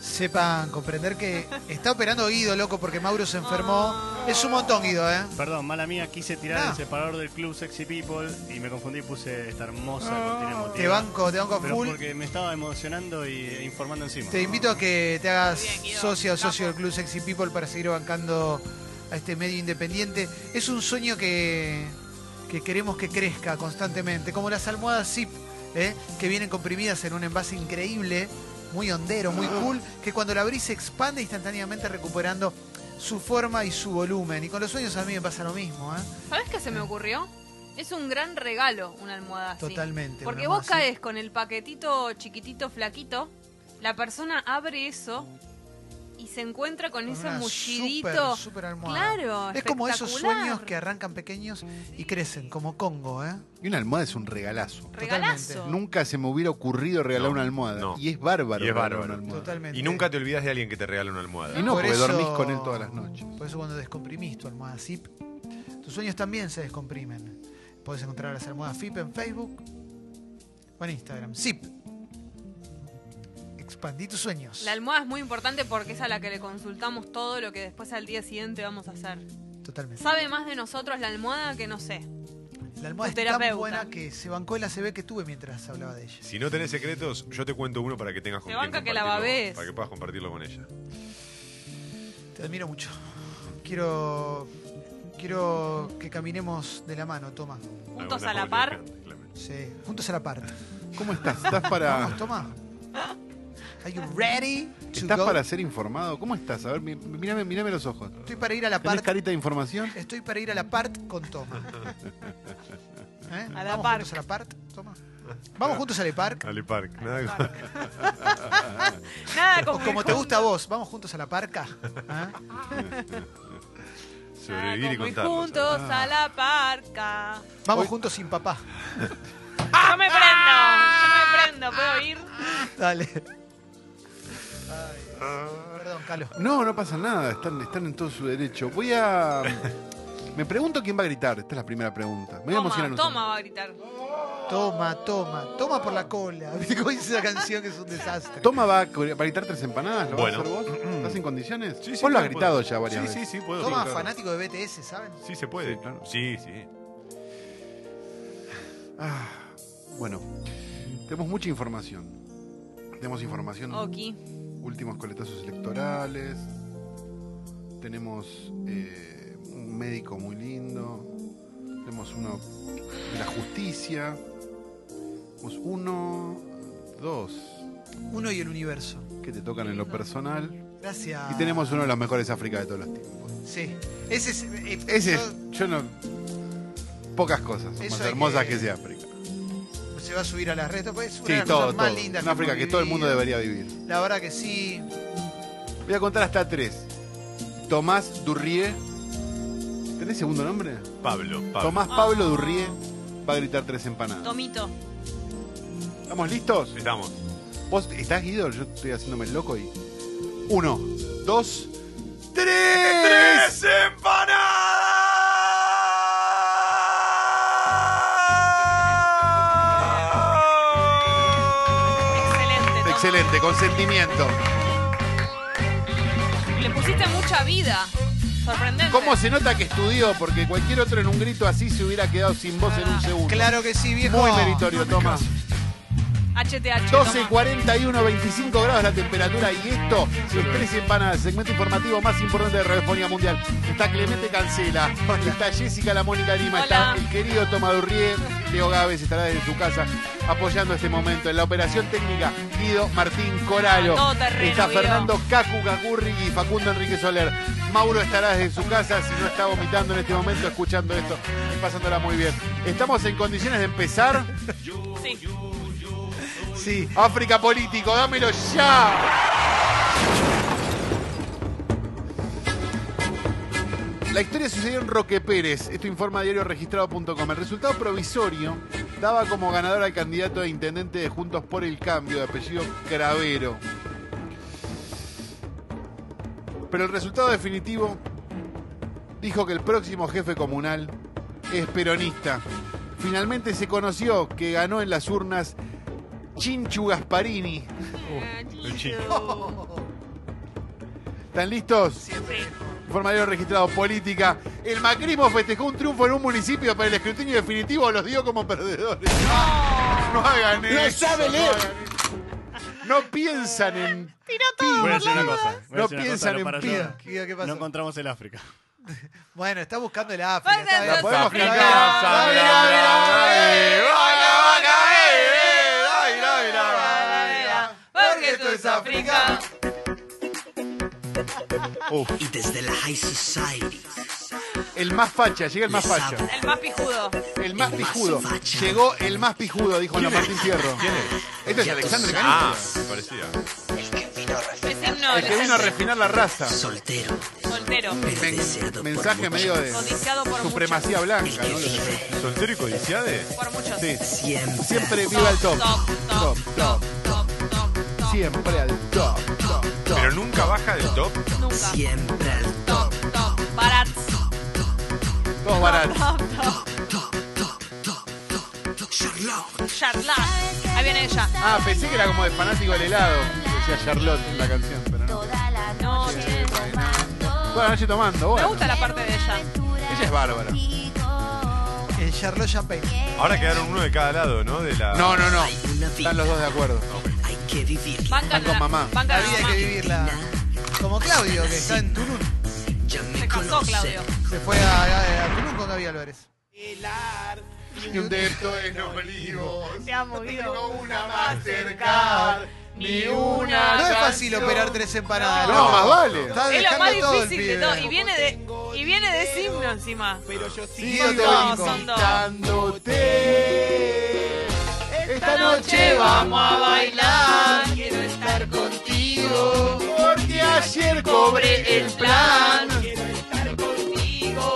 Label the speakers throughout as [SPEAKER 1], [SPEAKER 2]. [SPEAKER 1] sepan comprender que está operando Guido, loco, porque Mauro se enfermó.
[SPEAKER 2] Ah.
[SPEAKER 1] Es un montón, Guido, ¿eh?
[SPEAKER 3] Perdón, mala mía, quise tirar
[SPEAKER 1] Ah.
[SPEAKER 3] el separador del club Sexy People y me confundí y puse esta hermosa cortina emotiva.
[SPEAKER 1] Te banco, te banco
[SPEAKER 3] Pero
[SPEAKER 1] full.
[SPEAKER 3] porque me estaba emocionando y e informando encima.
[SPEAKER 1] Te invito a que te hagas
[SPEAKER 2] Muy bien, Guido.
[SPEAKER 1] socio o socio del
[SPEAKER 2] Vamos.
[SPEAKER 1] Club Sexy People para seguir bancando a este medio independiente. Es un sueño que, que queremos que crezca constantemente, como las almohadas zip, ¿eh? que vienen comprimidas en un envase increíble, muy hondero, muy
[SPEAKER 3] Ah.
[SPEAKER 1] cool, que cuando la abrís se expande instantáneamente recuperando su forma y su volumen. Y con los sueños a mí me pasa lo mismo, ¿eh?
[SPEAKER 2] ¿Sabes qué se me ocurrió? Es un gran regalo una almohada así.
[SPEAKER 1] totalmente.
[SPEAKER 2] Porque
[SPEAKER 1] una
[SPEAKER 2] vos
[SPEAKER 1] almohada zip.
[SPEAKER 2] caes con el paquetito chiquitito, flaquito, la persona abre eso y se encuentra con,
[SPEAKER 1] Con
[SPEAKER 2] ese
[SPEAKER 1] una
[SPEAKER 2] mullidito.
[SPEAKER 1] Super, super almohada.
[SPEAKER 2] Claro,
[SPEAKER 1] Es como esos
[SPEAKER 2] espectacular.
[SPEAKER 1] sueños que arrancan pequeños y crecen, como Congo, ¿eh?
[SPEAKER 4] Y una almohada es un regalazo.
[SPEAKER 2] Regalazo.
[SPEAKER 4] Nunca se me hubiera ocurrido regalar
[SPEAKER 5] No,
[SPEAKER 4] una almohada.
[SPEAKER 5] no.
[SPEAKER 4] Y es bárbaro.
[SPEAKER 5] Y es
[SPEAKER 4] regalar
[SPEAKER 5] bárbaro.
[SPEAKER 4] una almohada.
[SPEAKER 1] Totalmente.
[SPEAKER 5] Y nunca te olvidas de alguien que te regala una almohada.
[SPEAKER 4] Y no,
[SPEAKER 1] Por
[SPEAKER 4] porque
[SPEAKER 1] eso-
[SPEAKER 4] dormís con él todas las noches.
[SPEAKER 1] Por eso cuando descomprimís tu almohada zip, tus sueños también se descomprimen. Podés encontrar las almohadas FIP en Facebook o en Instagram. Zip. Expandí tus sueños.
[SPEAKER 2] La almohada es muy importante porque es a la que le consultamos todo lo que después al día siguiente vamos a hacer.
[SPEAKER 1] Totalmente.
[SPEAKER 2] Sabe más de nosotros la almohada que no sé.
[SPEAKER 1] La almohada
[SPEAKER 2] Tu
[SPEAKER 1] es tan
[SPEAKER 2] terapeuta.
[SPEAKER 1] buena que se bancó el ACB que tuve mientras hablaba de ella.
[SPEAKER 5] Si no tenés secretos, yo te cuento uno para que tengas con
[SPEAKER 2] Te
[SPEAKER 5] quién
[SPEAKER 2] banca que la
[SPEAKER 5] compartirlo,
[SPEAKER 2] babés.
[SPEAKER 5] Para que puedas compartirlo con ella.
[SPEAKER 1] Te admiro mucho. Quiero. Quiero que caminemos de la mano, toma.
[SPEAKER 2] Juntos
[SPEAKER 5] Alguna
[SPEAKER 2] a la
[SPEAKER 5] forma
[SPEAKER 2] par.
[SPEAKER 5] que- claramente.
[SPEAKER 1] Sí. Juntos a la parte.
[SPEAKER 4] ¿Cómo estás? ¿Estás
[SPEAKER 1] Vamos,
[SPEAKER 4] para,
[SPEAKER 1] toma. Are you ready to
[SPEAKER 4] ¿estás
[SPEAKER 1] go?
[SPEAKER 4] para ser informado? ¿Cómo estás? A ver, mi- mírame, mírame los ojos.
[SPEAKER 1] Estoy para ir a la
[SPEAKER 4] ¿Tenés
[SPEAKER 1] parte.
[SPEAKER 4] carita de información?
[SPEAKER 1] Estoy para ir a la part con Toma. ¿Eh?
[SPEAKER 2] A la
[SPEAKER 1] ¿Vamos
[SPEAKER 2] park.
[SPEAKER 1] juntos a la part, Toma. Vamos juntos a la
[SPEAKER 4] Ah.
[SPEAKER 1] park.
[SPEAKER 5] Ale Park. Nada que-
[SPEAKER 2] Nada
[SPEAKER 1] O
[SPEAKER 2] como,
[SPEAKER 1] como te gusta a vos, vamos juntos a la parca. ¿Ah?
[SPEAKER 5] Sobrevivir y contarlo. ¿sabes?
[SPEAKER 2] juntos a la parca.
[SPEAKER 1] Vamos
[SPEAKER 4] Hoy-
[SPEAKER 1] juntos sin papá. Ah.
[SPEAKER 2] Yo me prendo, yo me prendo, ¿puedo ir?
[SPEAKER 1] Dale. Ay,
[SPEAKER 4] Ah.
[SPEAKER 1] perdón, Calo.
[SPEAKER 4] No, no pasa nada, están, están en todo su derecho. Voy a. Me pregunto quién va a gritar. Esta es la primera pregunta. Me voy a emocionar
[SPEAKER 2] Toma,
[SPEAKER 4] un
[SPEAKER 2] toma, va a gritar.
[SPEAKER 1] Toma, toma, toma por la cola. ¿Viste cómo dice esa canción que es un desastre?
[SPEAKER 4] segundo. Toma va a, co- va a gritar tres empanadas, ¿lo
[SPEAKER 5] Bueno. Mm,
[SPEAKER 4] vas a hacer vos? ¿Estás en condiciones?
[SPEAKER 5] Sí, sí,
[SPEAKER 4] vos lo has
[SPEAKER 5] puedo.
[SPEAKER 4] gritado ya varias
[SPEAKER 5] Sí,
[SPEAKER 4] veces.
[SPEAKER 5] sí, sí, puedo.
[SPEAKER 1] Toma,
[SPEAKER 5] sí, claro.
[SPEAKER 1] fanático de BTS, ¿saben?
[SPEAKER 5] Sí, se puede.
[SPEAKER 4] Sí, claro.
[SPEAKER 5] Sí, sí.
[SPEAKER 4] Ah, bueno, tenemos mucha información. Tenemos información,
[SPEAKER 2] Oki.
[SPEAKER 4] últimos coletazos electorales. Tenemos eh, un médico muy lindo. Tenemos uno de la justicia. Tenemos uno, dos.
[SPEAKER 1] Uno y el universo.
[SPEAKER 4] que te tocan en lo personal.
[SPEAKER 1] Gracias.
[SPEAKER 4] Y tenemos uno de los mejores África de todos los tiempos.
[SPEAKER 1] Sí. Ese es. eh,
[SPEAKER 4] Ese
[SPEAKER 1] yo-
[SPEAKER 4] es, yo no. Pocas cosas son
[SPEAKER 1] Eso
[SPEAKER 4] más
[SPEAKER 1] hay
[SPEAKER 4] hermosas
[SPEAKER 1] que-
[SPEAKER 4] que, sea África.
[SPEAKER 1] se va a subir a las redes. pues, Es una
[SPEAKER 4] Sí,
[SPEAKER 1] de las
[SPEAKER 4] todo,
[SPEAKER 1] cosas más
[SPEAKER 4] todo.
[SPEAKER 1] lindas
[SPEAKER 4] Una África
[SPEAKER 1] hemos
[SPEAKER 4] que todo el mundo
[SPEAKER 1] vivido.
[SPEAKER 4] debería vivir.
[SPEAKER 1] La verdad que sí.
[SPEAKER 4] Voy a contar hasta tres. Tomás Durrie. ¿Tenés segundo nombre?
[SPEAKER 5] Pablo, Pablo.
[SPEAKER 4] Tomás Pablo Durrie va a gritar tres empanadas.
[SPEAKER 2] Tomito.
[SPEAKER 4] ¿Estamos listos?
[SPEAKER 5] Estamos.
[SPEAKER 4] ¿Vos estás Guido? Yo estoy haciéndome el loco y. Uno, dos, tres.
[SPEAKER 5] ¡Tres empanadas!
[SPEAKER 2] Excelente. Tom.
[SPEAKER 4] Excelente, consentimiento.
[SPEAKER 2] Le pusiste mucha vida. Sorprendente.
[SPEAKER 4] ¿Cómo se nota que estudió? Porque cualquier otro en un grito así se hubiera quedado sin voz en un segundo.
[SPEAKER 1] Ah, Claro que sí, viejo.
[SPEAKER 4] Muy meritorio, Tomás.
[SPEAKER 2] HTH.
[SPEAKER 4] 12,
[SPEAKER 2] toma.
[SPEAKER 4] 41, 25 grados la temperatura y esto, los tres empanadas, el segmento informativo más importante de Radiofonía Mundial. Está Clemente Cancela, está Jessica La Mónica Lima,
[SPEAKER 2] Hola.
[SPEAKER 4] está el querido Tomás Durrié, Leo Gávez estará desde su casa apoyando este momento. En la operación técnica, Guido Martín Coralo.
[SPEAKER 2] A todo terreno,
[SPEAKER 4] está
[SPEAKER 2] Guido.
[SPEAKER 4] Fernando Cacu Cacurri y Facundo Enrique Soler. Mauro estará desde su casa, si no está vomitando en este momento, escuchando esto y pasándola muy bien. Estamos en condiciones de empezar.
[SPEAKER 2] Sí.
[SPEAKER 1] Sí.
[SPEAKER 4] África político, dámelo ya. La historia sucedió en Roque Pérez. Esto informa diario registrado.com. El resultado provisorio daba como ganador al candidato de intendente de Juntos por el Cambio, de apellido Cravero. Pero el resultado definitivo dijo que el próximo jefe comunal es peronista. Finalmente se conoció que ganó en las urnas Chinchu Gasparini,
[SPEAKER 2] Eh,
[SPEAKER 5] Luchín.
[SPEAKER 2] Gildo.
[SPEAKER 4] ¿Están listos?
[SPEAKER 1] Siempre.
[SPEAKER 4] Formalario registrado política. El macrismo festejó un triunfo en un municipio, pero el escrutinio definitivo los dio como perdedores. No hagan eso.
[SPEAKER 6] No sabe leer.
[SPEAKER 4] hagan eso. No piensan en.
[SPEAKER 3] Voy a decir una cosa. voy a
[SPEAKER 4] No
[SPEAKER 3] decir una cosa,
[SPEAKER 4] piensan
[SPEAKER 3] lo
[SPEAKER 4] en
[SPEAKER 3] para
[SPEAKER 4] pío.
[SPEAKER 3] yo-
[SPEAKER 1] ¿Qué- qué pasó?
[SPEAKER 3] No encontramos el África.
[SPEAKER 1] Bueno, está buscando el África.
[SPEAKER 2] Vayan
[SPEAKER 1] está bien.
[SPEAKER 2] los
[SPEAKER 1] La podemos
[SPEAKER 2] africanos.
[SPEAKER 1] flanquear. Dale,
[SPEAKER 2] Vayan
[SPEAKER 1] dale, dale, dale.
[SPEAKER 2] Porque esto es África.
[SPEAKER 6] Y desde la High Society.
[SPEAKER 4] El más facha, llega el más facha.
[SPEAKER 2] El más pijudo.
[SPEAKER 4] El más
[SPEAKER 6] El más
[SPEAKER 4] pijudo.
[SPEAKER 6] facha.
[SPEAKER 4] Llegó el más pijudo, dijo Ana Martín Fierro. Este es Alexandre
[SPEAKER 5] Ah,
[SPEAKER 4] Canigia.
[SPEAKER 5] me parecía.
[SPEAKER 6] El que vino a
[SPEAKER 2] Ese
[SPEAKER 6] refinar.
[SPEAKER 2] no,
[SPEAKER 4] El que vino a refinar la raza.
[SPEAKER 6] Soltero,
[SPEAKER 2] soltero.
[SPEAKER 6] pero deseado
[SPEAKER 4] Mensaje
[SPEAKER 6] por
[SPEAKER 4] medio
[SPEAKER 6] muchos.
[SPEAKER 4] de
[SPEAKER 2] Codiciado por muchos.
[SPEAKER 4] supremacía
[SPEAKER 6] El
[SPEAKER 4] blanca,
[SPEAKER 6] que
[SPEAKER 4] ¿no?
[SPEAKER 6] vive
[SPEAKER 5] ¿Soltero y codiciade?
[SPEAKER 2] Por muchos.
[SPEAKER 4] Sí.
[SPEAKER 6] siempre.
[SPEAKER 4] Siempre viva el top.
[SPEAKER 2] Top, top,
[SPEAKER 4] Top,
[SPEAKER 2] top,
[SPEAKER 4] top.
[SPEAKER 2] top, top, top.
[SPEAKER 4] Siempre al top, top, top.
[SPEAKER 5] Pero nunca baja del top.
[SPEAKER 2] Nunca.
[SPEAKER 6] Siempre al
[SPEAKER 2] Top, top. Barat.
[SPEAKER 4] Todo barato.
[SPEAKER 2] Top, top.
[SPEAKER 6] Charlotte.
[SPEAKER 2] Charlat. Ahí viene ella.
[SPEAKER 4] Ah, pensé que era como de fanático del helado. Decía Charlotte en la canción, pero no.
[SPEAKER 2] No, bien.
[SPEAKER 4] Toda la noche tomando,
[SPEAKER 2] Me
[SPEAKER 4] bueno.
[SPEAKER 2] gusta la parte de ella.
[SPEAKER 4] Ella es bárbara.
[SPEAKER 1] El Charlotte Champagne.
[SPEAKER 5] Ahora quedaron uno de cada lado, ¿no? De la...
[SPEAKER 4] No, no, no.
[SPEAKER 6] Hay una
[SPEAKER 4] Están
[SPEAKER 6] vida,
[SPEAKER 4] los dos de acuerdo.
[SPEAKER 6] hay que vivirla.
[SPEAKER 2] Banca
[SPEAKER 4] con mamá.
[SPEAKER 1] La
[SPEAKER 2] Banca
[SPEAKER 1] vida hay que vivirla. Como Claudio, que está en Tulum.
[SPEAKER 6] Ya me
[SPEAKER 2] Se casó,
[SPEAKER 6] conoce.
[SPEAKER 2] Claudio.
[SPEAKER 1] Se fue a, a- a Tulum con Gaby Álvarez.
[SPEAKER 4] Y un dedo en olivos.
[SPEAKER 2] Te amo, Guido.
[SPEAKER 4] una más cerca.
[SPEAKER 2] Ni una.
[SPEAKER 1] No es fácil operar tres empanadas.
[SPEAKER 4] No, más vale.
[SPEAKER 1] Está
[SPEAKER 2] Es lo más
[SPEAKER 1] dejando todo el
[SPEAKER 2] difícil de
[SPEAKER 1] pibe.
[SPEAKER 2] todo. Y viene de, y viene de signo encima.
[SPEAKER 1] Guido
[SPEAKER 4] Sigo
[SPEAKER 1] Teórico.
[SPEAKER 2] son dos.
[SPEAKER 4] visitándote. Esta noche vamos a bailar.
[SPEAKER 2] Quiero estar
[SPEAKER 4] contigo. Porque ayer cobré el plan.
[SPEAKER 2] contigo.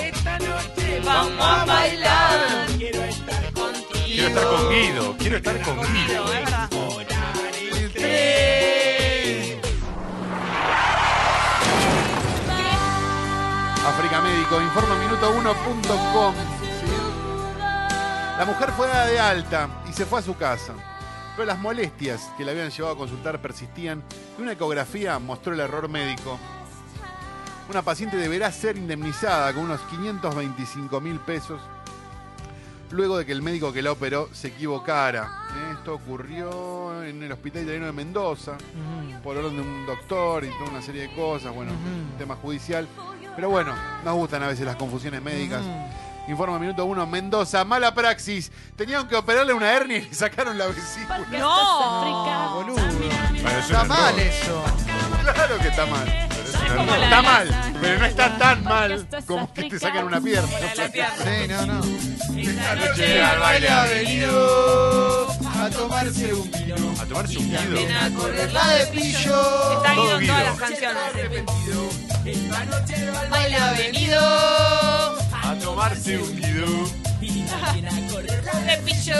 [SPEAKER 2] Esta noche vamos a bailar. Quiero estar contigo.
[SPEAKER 5] Quiero estar con Guido. Quiero estar con Guido.
[SPEAKER 2] Guido, es verdad.
[SPEAKER 4] El tren. África Médico, informa minuto1.com. La mujer fue dada de alta y se fue a su casa. Pero las molestias que la habían llevado a consultar persistían y una ecografía mostró el error médico. Una paciente deberá ser indemnizada con unos 525 mil pesos luego de que el médico que la operó se equivocara. Esto ocurrió en el Hospital Italiano de Mendoza,
[SPEAKER 1] Ujú.
[SPEAKER 4] por orden de un doctor y toda una serie de cosas, bueno,
[SPEAKER 1] Ujú.
[SPEAKER 4] tema judicial. Pero bueno, nos gustan a veces las confusiones médicas. Informa Minuto 1, Mendoza, mala praxis. Tenían que operarle una hernia y le sacaron la vesícula.
[SPEAKER 1] No,
[SPEAKER 2] No.
[SPEAKER 1] Ah, boludo.
[SPEAKER 5] Bueno, es un
[SPEAKER 1] Está
[SPEAKER 5] error.
[SPEAKER 1] mal eso.
[SPEAKER 4] Claro que está mal.
[SPEAKER 5] Pero es un error.
[SPEAKER 2] como la-
[SPEAKER 4] Está mal, pero no está tan mal como que te sacan una pierna.
[SPEAKER 2] Hola, la pierna.
[SPEAKER 1] Sí, no, no.
[SPEAKER 2] Esta
[SPEAKER 5] noche al baile ha
[SPEAKER 1] venido a tomarse un vino.
[SPEAKER 5] A tomarse un Guido.
[SPEAKER 2] a correr
[SPEAKER 1] La de pillo.
[SPEAKER 2] Está
[SPEAKER 5] Todo
[SPEAKER 2] Guido en
[SPEAKER 5] Guido.
[SPEAKER 2] todas las canciones.
[SPEAKER 1] Baila venido.
[SPEAKER 5] A tomarse un Guido.
[SPEAKER 2] La de pillo.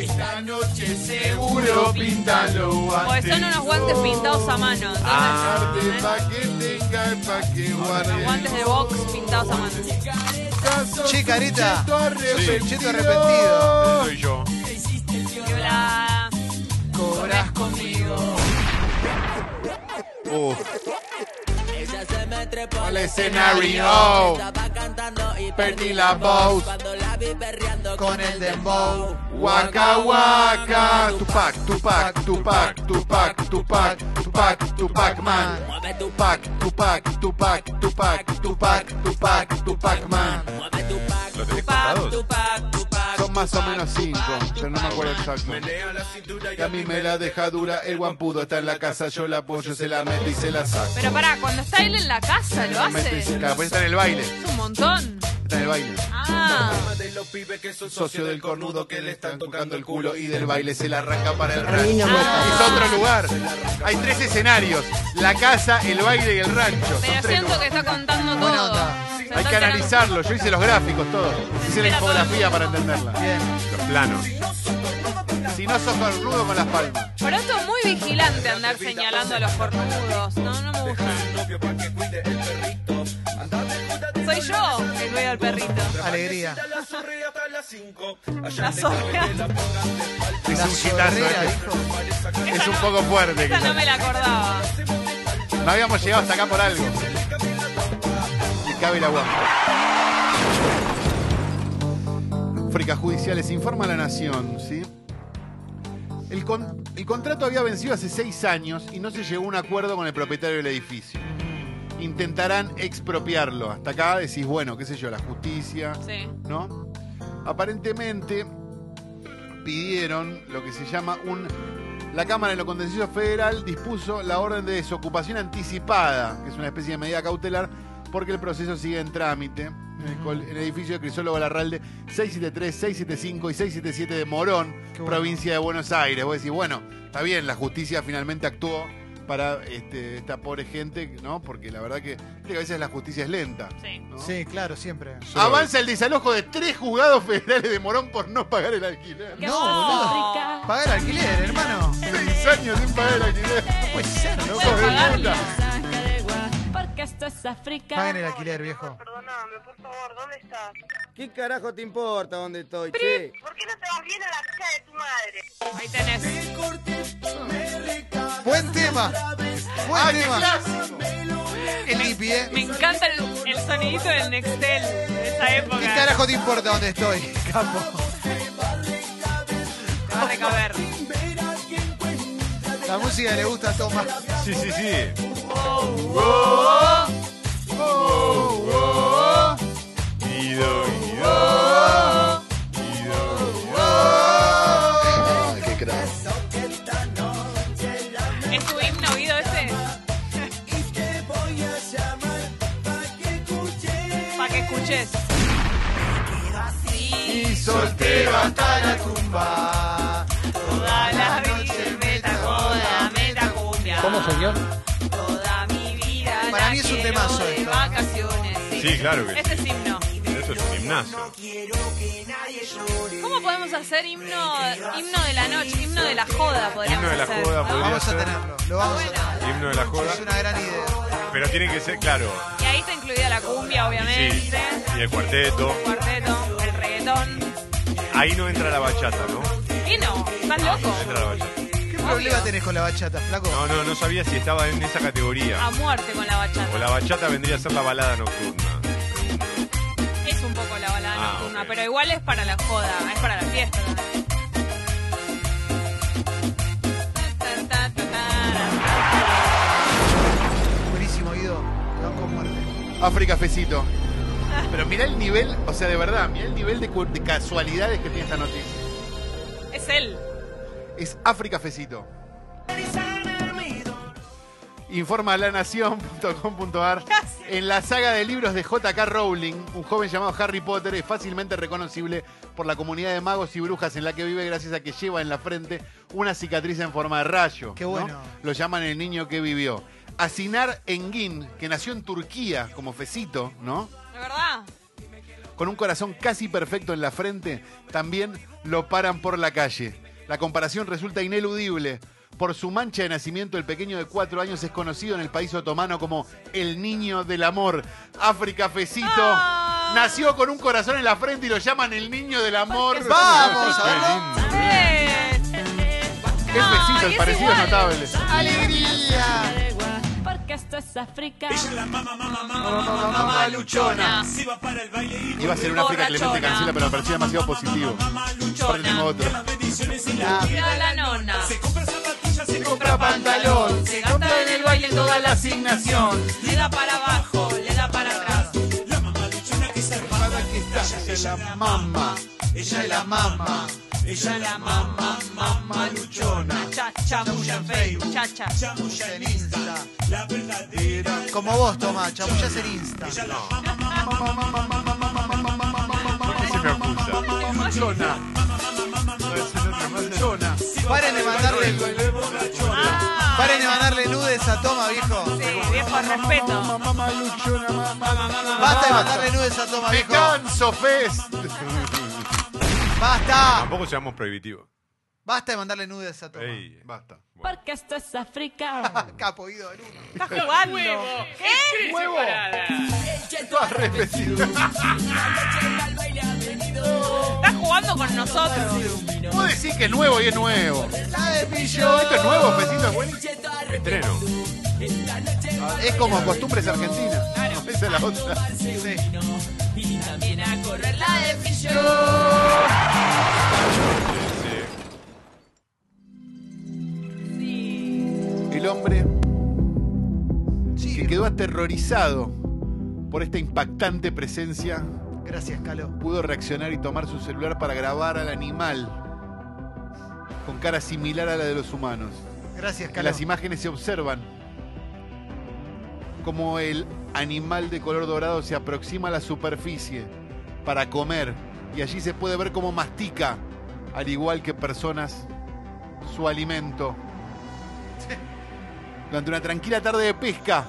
[SPEAKER 4] Esta noche seguro pintalo.
[SPEAKER 2] Pues son unos guantes pintados a mano.
[SPEAKER 4] Ah,
[SPEAKER 2] entonces, ¿eh?
[SPEAKER 4] Pa' que tenga, pa' que
[SPEAKER 2] Unos
[SPEAKER 4] guarde.
[SPEAKER 2] guantes de box pintados a mano.
[SPEAKER 1] Che, careta.
[SPEAKER 4] Cheto arrepentido.
[SPEAKER 1] Sí, cheto arrepentido.
[SPEAKER 5] Soy yo.
[SPEAKER 2] Que la-
[SPEAKER 1] Cobras conmigo.
[SPEAKER 4] Uf.
[SPEAKER 7] Ella se me trepó
[SPEAKER 4] Al
[SPEAKER 7] al
[SPEAKER 4] escenario.
[SPEAKER 7] escenario. Estaba cantando y
[SPEAKER 4] Perdí
[SPEAKER 7] perdí
[SPEAKER 4] la
[SPEAKER 7] la
[SPEAKER 4] voz.
[SPEAKER 7] voz. Cuando la vi perreando
[SPEAKER 1] Con el dembow.
[SPEAKER 4] Waka waka, Tupac, Tupac, Tupac, Tupac, Tupac, Tupac, Tupac man.
[SPEAKER 7] Mueve tu
[SPEAKER 4] Tupac, Tupac, Tupac, Tupac, Tupac, Tupac, Tupac man.
[SPEAKER 7] mueve tu pack,
[SPEAKER 5] ¿Lo tenés
[SPEAKER 2] Pa,
[SPEAKER 5] contados?
[SPEAKER 7] tu pack, tu pack.
[SPEAKER 4] Son más o menos cinco, yo no me acuerdo exacto. Y a mí me la deja dura, el guampudo está en la casa, yo la apoyo, se la meto y se la saco.
[SPEAKER 2] Pero pará, cuando está él en la casa lo
[SPEAKER 4] Meto y
[SPEAKER 2] hace.
[SPEAKER 4] se- Claro, pues está en el baile,
[SPEAKER 2] Es un montón.
[SPEAKER 4] está en el baile.
[SPEAKER 2] Ah,
[SPEAKER 4] Socio del cornudo que le están tocando el culo y del baile se la arranca para el rancho.
[SPEAKER 2] Ah.
[SPEAKER 4] Es otro lugar. Hay tres escenarios: la casa, el baile y el rancho. Son
[SPEAKER 2] pero
[SPEAKER 4] tres
[SPEAKER 2] siento que
[SPEAKER 4] lugares.
[SPEAKER 2] está contando
[SPEAKER 1] Buena
[SPEAKER 2] todo.
[SPEAKER 1] onda.
[SPEAKER 2] Se
[SPEAKER 4] Hay
[SPEAKER 2] está
[SPEAKER 4] que
[SPEAKER 2] tirando-
[SPEAKER 4] analizarlo. Yo hice los gráficos, todo. Hice la
[SPEAKER 2] Espera todo.
[SPEAKER 4] infografía para entenderla.
[SPEAKER 1] Bien.
[SPEAKER 5] Los planos.
[SPEAKER 4] Si no sos cornudo con las palmas.
[SPEAKER 2] Pero esto es muy vigilante andar señalando a los cornudos. No, no me gusta. Soy yo que cuida al perrito.
[SPEAKER 1] Alegría.
[SPEAKER 2] La zorra.
[SPEAKER 4] Es
[SPEAKER 1] La
[SPEAKER 4] un hitazo,
[SPEAKER 1] zorrera,
[SPEAKER 4] ¿eh?
[SPEAKER 1] dijo.
[SPEAKER 4] Es un poco fuerte.
[SPEAKER 2] Esa no
[SPEAKER 4] quizás.
[SPEAKER 2] me la acordaba.
[SPEAKER 4] No habíamos llegado hasta acá por algo. Y cabe la guapa. Fricas judiciales, informa a la nación, ¿sí? El, con- el contrato había vencido hace seis años y no se llegó a un acuerdo con el propietario del edificio. Intentarán expropiarlo. Hasta acá decís, bueno, qué sé yo, la justicia,
[SPEAKER 2] Sí.
[SPEAKER 4] ¿no? Aparentemente pidieron lo que se llama un... La Cámara de lo Contencioso Federal dispuso la orden de desocupación anticipada, que es una especie de medida cautelar, porque el proceso sigue en trámite. En el, col- en el edificio de Crisólogo Larralde 673, 675 y 677 de Morón,
[SPEAKER 1] Qué bueno.
[SPEAKER 4] provincia de Buenos Aires. Vos decís, bueno, está bien, la justicia finalmente actuó para este, esta pobre gente, ¿no? Porque la verdad que, viste que a veces la justicia es lenta.
[SPEAKER 2] Sí.
[SPEAKER 4] ¿no?
[SPEAKER 1] Sí, claro, siempre.
[SPEAKER 4] Avanza el desalojo de tres juzgados federales de Morón por no pagar el alquiler.
[SPEAKER 2] ¡Qué
[SPEAKER 1] No,
[SPEAKER 2] hermoso!
[SPEAKER 1] Pagar alquiler, hermano.
[SPEAKER 4] Seis años sin pagar el alquiler.
[SPEAKER 1] No puede ser.
[SPEAKER 4] No
[SPEAKER 2] puedo
[SPEAKER 4] podés,
[SPEAKER 2] pagarlo.
[SPEAKER 4] puta.
[SPEAKER 8] Porque esto es África.
[SPEAKER 1] Paguen el alquiler, viejo.
[SPEAKER 9] Perdóname, por favor, ¿dónde estás?
[SPEAKER 10] ¿Qué carajo te importa dónde estoy, che?
[SPEAKER 9] ¿Por qué no te vas bien a la casa de tu
[SPEAKER 2] Ahí
[SPEAKER 9] madre?
[SPEAKER 2] tenés.
[SPEAKER 1] Buen tema. Buen
[SPEAKER 4] ¡Ah, qué
[SPEAKER 1] tema.
[SPEAKER 4] clásico!
[SPEAKER 1] El hippie, ¿eh?
[SPEAKER 2] Me encanta el, el sonidito del Nextel de esa época.
[SPEAKER 1] ¿Qué carajo te importa dónde estoy, capo?
[SPEAKER 2] Te va a recaber.
[SPEAKER 1] La música le gusta a Tomás.
[SPEAKER 5] Sí, sí, sí. Guido, Guido. Guido,
[SPEAKER 2] ¿Es tu himno, Guido, ese? Para que escuches.
[SPEAKER 4] Y soltero hasta la
[SPEAKER 1] tumba.
[SPEAKER 2] Toda la vida metacoda, metacumbia. ¿Cómo, señor? Toda mi vida.
[SPEAKER 1] Para
[SPEAKER 2] la
[SPEAKER 1] mí es un
[SPEAKER 2] quiero
[SPEAKER 1] temazo
[SPEAKER 2] De
[SPEAKER 1] esto.
[SPEAKER 2] vacaciones. Sí,
[SPEAKER 5] Sí, claro que sí.
[SPEAKER 2] Ese es himno.
[SPEAKER 5] Eso es un gimnasio.
[SPEAKER 2] ¿Cómo podemos hacer himno, himno de la noche, himno de la joda? Podríamos
[SPEAKER 5] Himno de la
[SPEAKER 2] hacer,
[SPEAKER 5] joda,
[SPEAKER 2] ¿no?
[SPEAKER 5] podría
[SPEAKER 1] Vamos a tenerlo. Lo vamos a tener.
[SPEAKER 5] Himno de la joda.
[SPEAKER 1] Es una gran idea.
[SPEAKER 5] Pero tiene que ser, claro.
[SPEAKER 2] Y ahí está incluida la cumbia,
[SPEAKER 5] Y
[SPEAKER 2] obviamente.
[SPEAKER 5] sí. Y el cuarteto.
[SPEAKER 2] El cuarteto, el reggaetón.
[SPEAKER 5] Ahí no entra la bachata, ¿no?
[SPEAKER 2] ¿Qué no? ¿Estás loco?
[SPEAKER 5] No entra la bachata.
[SPEAKER 1] ¿Qué problema tenés con la bachata, flaco?
[SPEAKER 5] No, no, no sabía si estaba en esa
[SPEAKER 2] A
[SPEAKER 5] categoría.
[SPEAKER 2] muerte con la bachata.
[SPEAKER 5] O la bachata vendría a ser la balada nocturna.
[SPEAKER 2] Es un poco la balada
[SPEAKER 5] Ah,
[SPEAKER 2] nocturna,
[SPEAKER 5] ok.
[SPEAKER 2] pero igual es para la joda, es para la fiesta.
[SPEAKER 1] Buenísimo, Guido. Te banco a muerte.
[SPEAKER 4] África Fecito. Pero mirá el nivel, o sea, de verdad, mirá el nivel de, cu- de casualidades que tiene esta noticia.
[SPEAKER 2] Es él.
[SPEAKER 4] Es África Fecito. Informa la nación.com.ar En la saga de libros de J.K. Rowling, un joven llamado Harry Potter es fácilmente reconocible por la comunidad de magos y brujas en la que vive gracias a que lleva en la frente una cicatriz en forma de rayo.
[SPEAKER 1] Qué
[SPEAKER 4] ¿no?
[SPEAKER 1] bueno.
[SPEAKER 4] Lo llaman el niño que vivió. Asinar Engin, que nació en Turquía como Fecito, ¿no?
[SPEAKER 2] ¿De verdad?
[SPEAKER 4] con un corazón casi perfecto en la frente, también lo paran por la calle. La comparación resulta ineludible. Por su mancha de nacimiento, el pequeño de cuatro años es conocido en el país otomano como el niño del amor. África Fecito
[SPEAKER 2] ¡Ah!
[SPEAKER 4] nació con un corazón en la frente y lo llaman el niño del amor.
[SPEAKER 1] ¡Vamos, a verlo!
[SPEAKER 2] ¡Eh!
[SPEAKER 4] ¡Qué Fecito!
[SPEAKER 2] Ay,
[SPEAKER 4] El
[SPEAKER 2] es
[SPEAKER 4] parecido es
[SPEAKER 2] igual.
[SPEAKER 4] notable.
[SPEAKER 1] ¡Alegría!
[SPEAKER 8] Porque esto es África.
[SPEAKER 2] Luchona.
[SPEAKER 4] Iba a ser una África Clemente
[SPEAKER 2] Borrachona.
[SPEAKER 4] Cancela, pero me parecía demasiado positivo. Ahora tengo
[SPEAKER 2] Luchona.
[SPEAKER 4] otro.
[SPEAKER 2] Mira la nona.
[SPEAKER 4] Se compra pantalón,
[SPEAKER 2] Se gasta en el baile toda la asignación. Le da para abajo, le da para atrás.
[SPEAKER 4] Ella es la mamá, ella es la mamá.
[SPEAKER 2] Ella la mamá, mamá luchona. Cha, chamulla en Facebook. Cha, cha.
[SPEAKER 1] Chamulla en Insta. Como vos, Tomás, chamullas en Insta.
[SPEAKER 5] ¿Por qué se me acusa?
[SPEAKER 1] Paren de mandarle,
[SPEAKER 2] Ah,
[SPEAKER 1] paren de mandarle nudes a Toma, viejo.
[SPEAKER 2] sí, viejo respeto.
[SPEAKER 1] Basta de mandarle nudes a Toma,
[SPEAKER 4] ¡Me
[SPEAKER 1] viejo.
[SPEAKER 4] canso, Fez!
[SPEAKER 1] Basta.
[SPEAKER 5] Tampoco seamos prohibitivos.
[SPEAKER 1] Basta de mandarle nudes a Toma.
[SPEAKER 5] Ey.
[SPEAKER 4] Basta.
[SPEAKER 8] Porque esto es África.
[SPEAKER 1] Capo, Guido, el uno.
[SPEAKER 2] Está jugando. ¿Qué?
[SPEAKER 4] ¡Huevo! Tú has repetido.
[SPEAKER 2] Está jugando con nosotros.
[SPEAKER 4] Vos decís que es nuevo y es nuevo. Esto es nuevo, Fecito, es buenísimo.
[SPEAKER 5] Estreno.
[SPEAKER 4] Es como costumbres argentinas. Esa es la otra.
[SPEAKER 5] Sí.
[SPEAKER 4] El hombre
[SPEAKER 1] Sí,
[SPEAKER 4] que quedó aterrorizado por esta impactante presencia
[SPEAKER 1] gracias, Calo.
[SPEAKER 4] pudo reaccionar y tomar su celular para grabar al animal con cara similar a la de los humanos.
[SPEAKER 1] Gracias,
[SPEAKER 4] En
[SPEAKER 1] Calo.
[SPEAKER 4] las imágenes se observan como el animal de color dorado se aproxima a la superficie para comer y allí se puede ver cómo mastica, al igual que personas, su alimento. Durante una tranquila tarde de pesca,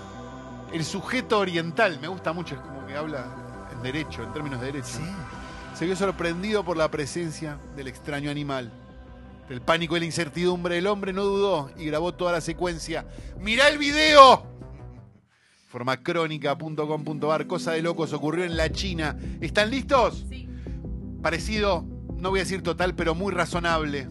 [SPEAKER 4] el sujeto oriental, me gusta mucho, es como que habla en derecho, en términos de derecho,
[SPEAKER 1] Sí.
[SPEAKER 4] se vio sorprendido por la presencia del extraño animal. Del pánico y la incertidumbre, el hombre no dudó y grabó toda la secuencia. ¡Mirá el video! Forma crónica.com.ar, cosa de locos, ocurrió en la China. ¿Están listos?
[SPEAKER 2] Sí.
[SPEAKER 4] Parecido, no voy a decir total, pero muy razonable.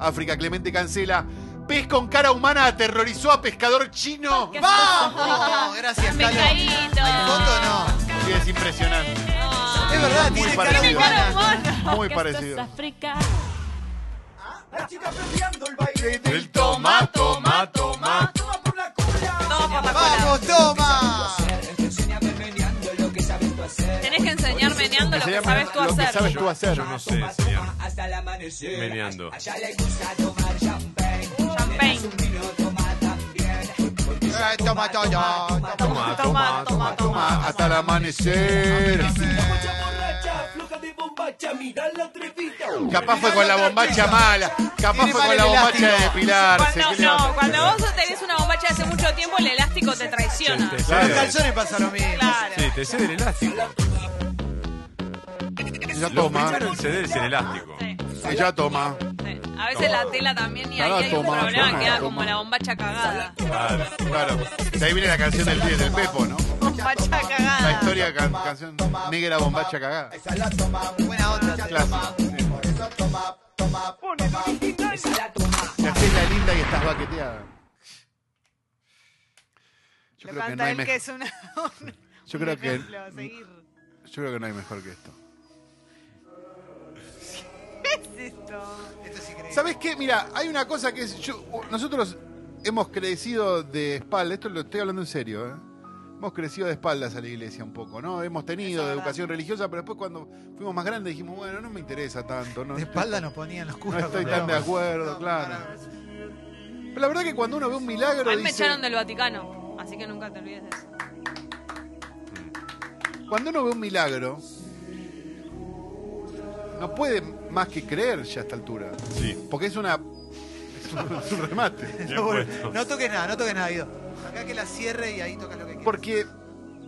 [SPEAKER 4] África Clemente cancela. Pez con cara humana aterrorizó a pescador chino.
[SPEAKER 8] Porque-
[SPEAKER 1] ¡Vamos! Gracias,
[SPEAKER 2] Me
[SPEAKER 1] Calo.
[SPEAKER 2] caí, no.
[SPEAKER 1] foto no.
[SPEAKER 4] Sí, es impresionante.
[SPEAKER 2] No.
[SPEAKER 1] Es verdad,
[SPEAKER 4] Muy
[SPEAKER 1] tiene cara
[SPEAKER 4] parecido.
[SPEAKER 1] humana.
[SPEAKER 4] Muy
[SPEAKER 8] Porque esto es
[SPEAKER 4] parecido.
[SPEAKER 8] África.
[SPEAKER 4] Del toma, toma, toma.
[SPEAKER 2] No, por la cola.
[SPEAKER 1] ¡Vamos, toma!
[SPEAKER 2] Tenés que enseñar meneando lo que sabes tú
[SPEAKER 4] Lo que
[SPEAKER 2] hacer.
[SPEAKER 4] sabes tú hacer.
[SPEAKER 5] Yo no sé, señor. Meneando.
[SPEAKER 2] Champagne.
[SPEAKER 1] Eh, toma, todo, toma.
[SPEAKER 5] Toma, toma, toma,
[SPEAKER 4] Toma, hasta el amanecer. Capaz fue con la bombacha mala. Capaz
[SPEAKER 1] Tiene
[SPEAKER 4] fue con
[SPEAKER 1] mal
[SPEAKER 4] la
[SPEAKER 1] el
[SPEAKER 4] bombacha de
[SPEAKER 1] elástico.
[SPEAKER 4] depilarse.
[SPEAKER 2] Cuando,
[SPEAKER 4] ¿Qué le va
[SPEAKER 2] no,
[SPEAKER 4] a hacer?
[SPEAKER 2] cuando vos tenés una bombacha hace mucho tiempo, el elástico te traiciona.
[SPEAKER 5] Te
[SPEAKER 1] Los
[SPEAKER 5] cede,
[SPEAKER 1] calzones pasa lo mismo.
[SPEAKER 2] Claro.
[SPEAKER 5] sí, te cede el elástico.
[SPEAKER 4] Ella
[SPEAKER 5] Lo
[SPEAKER 4] toma.
[SPEAKER 5] primero en ceder es el elástico.
[SPEAKER 2] Sí,
[SPEAKER 4] Ella toma.
[SPEAKER 2] sí. A veces la tela también y ahí
[SPEAKER 4] Claro,
[SPEAKER 2] hay un
[SPEAKER 4] toma,
[SPEAKER 2] problema,
[SPEAKER 4] toma,
[SPEAKER 2] queda
[SPEAKER 4] toma.
[SPEAKER 2] como la bombacha cagada.
[SPEAKER 5] Claro.
[SPEAKER 4] Claro. De ahí viene la canción del pie del Pepo, ¿no?
[SPEAKER 2] Bombacha
[SPEAKER 4] La
[SPEAKER 2] cagada.
[SPEAKER 4] historia can- canción negra bombacha cagada.
[SPEAKER 1] Buena onda.
[SPEAKER 4] Clásico. Te haces la linda y estás baqueteada. Yo creo que no hay
[SPEAKER 2] el que
[SPEAKER 4] mejor.
[SPEAKER 2] es una.
[SPEAKER 4] Yo creo que
[SPEAKER 2] seguir.
[SPEAKER 4] yo creo que no hay mejor que esto.
[SPEAKER 1] Esto es increíble.
[SPEAKER 4] ¿Sabes qué? Mira, hay una cosa que es. yo- nosotros hemos crecido de espaldas, esto lo estoy hablando en serio, ¿eh? Hemos crecido de espaldas a la iglesia un poco, ¿no? Hemos tenido
[SPEAKER 2] Eso es
[SPEAKER 4] educación religiosa, pero después cuando fuimos más grandes dijimos, bueno, no me interesa tanto, ¿no?
[SPEAKER 1] De espalda nos ponían los
[SPEAKER 4] No
[SPEAKER 1] curas.
[SPEAKER 4] estoy
[SPEAKER 1] cuando
[SPEAKER 4] tan de
[SPEAKER 1] éramos-
[SPEAKER 4] acuerdo, claro. Pero la verdad que cuando uno ve un milagro,
[SPEAKER 2] A mí me
[SPEAKER 4] dice-
[SPEAKER 2] echaron del Vaticano, así que nunca te olvides de eso.
[SPEAKER 4] cuando uno ve un milagro, no puede más que creer ya a esta altura.
[SPEAKER 5] Sí.
[SPEAKER 4] Porque es una. Es un, es un remate.
[SPEAKER 5] Bien
[SPEAKER 1] No,
[SPEAKER 5] puesto.
[SPEAKER 1] no toques nada, no toques nada, Guido. Acá que la cierre y ahí tocas lo que quieras.
[SPEAKER 4] Porque.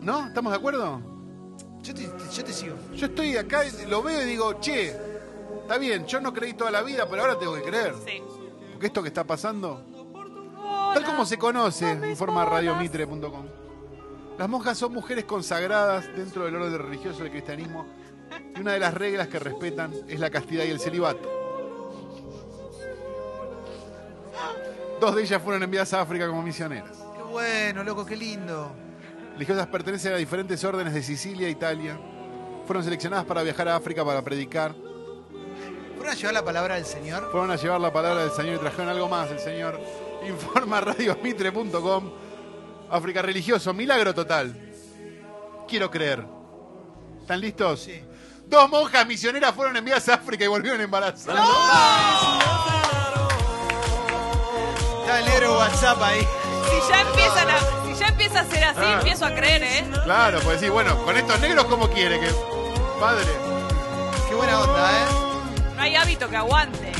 [SPEAKER 4] ¿No? ¿Estamos de acuerdo?
[SPEAKER 1] Yo te, te- yo te sigo.
[SPEAKER 4] Yo estoy acá, y lo veo y digo, che, está bien, yo no creí toda la vida, pero ahora tengo que creer.
[SPEAKER 2] Sí.
[SPEAKER 4] Porque esto que está pasando, tal como se conoce, informa radiomitre.com. Las monjas son mujeres consagradas dentro del orden religioso del cristianismo y una de las reglas que respetan es la castidad y el celibato. Dos de ellas fueron enviadas a África como misioneras.
[SPEAKER 1] Qué bueno, loco, qué lindo.
[SPEAKER 4] Religiosas pertenecen a diferentes órdenes de Sicilia, Italia. Fueron seleccionadas para viajar a África para predicar.
[SPEAKER 1] ¿Fueron a llevar la palabra del Señor?
[SPEAKER 4] Fueron a llevar la palabra del Señor y trajeron algo más el Señor. Informa radiomitre.com. África religioso, milagro total. Quiero creer. ¿Están listos?
[SPEAKER 1] Sí.
[SPEAKER 4] Dos monjas misioneras fueron enviadas a África y volvieron embarazadas.
[SPEAKER 1] Está el negro WhatsApp ahí.
[SPEAKER 2] Si ya empiezan a, si ya empieza a ser así, empiezo a creer, ¿eh?
[SPEAKER 4] Claro, pues sí, bueno, con estos negros, ¿cómo quiere que.? Padre.
[SPEAKER 1] Qué buena onda, ¿eh?
[SPEAKER 2] No hay hábito que aguante.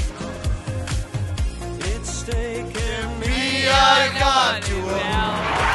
[SPEAKER 4] Envía
[SPEAKER 2] Bravo.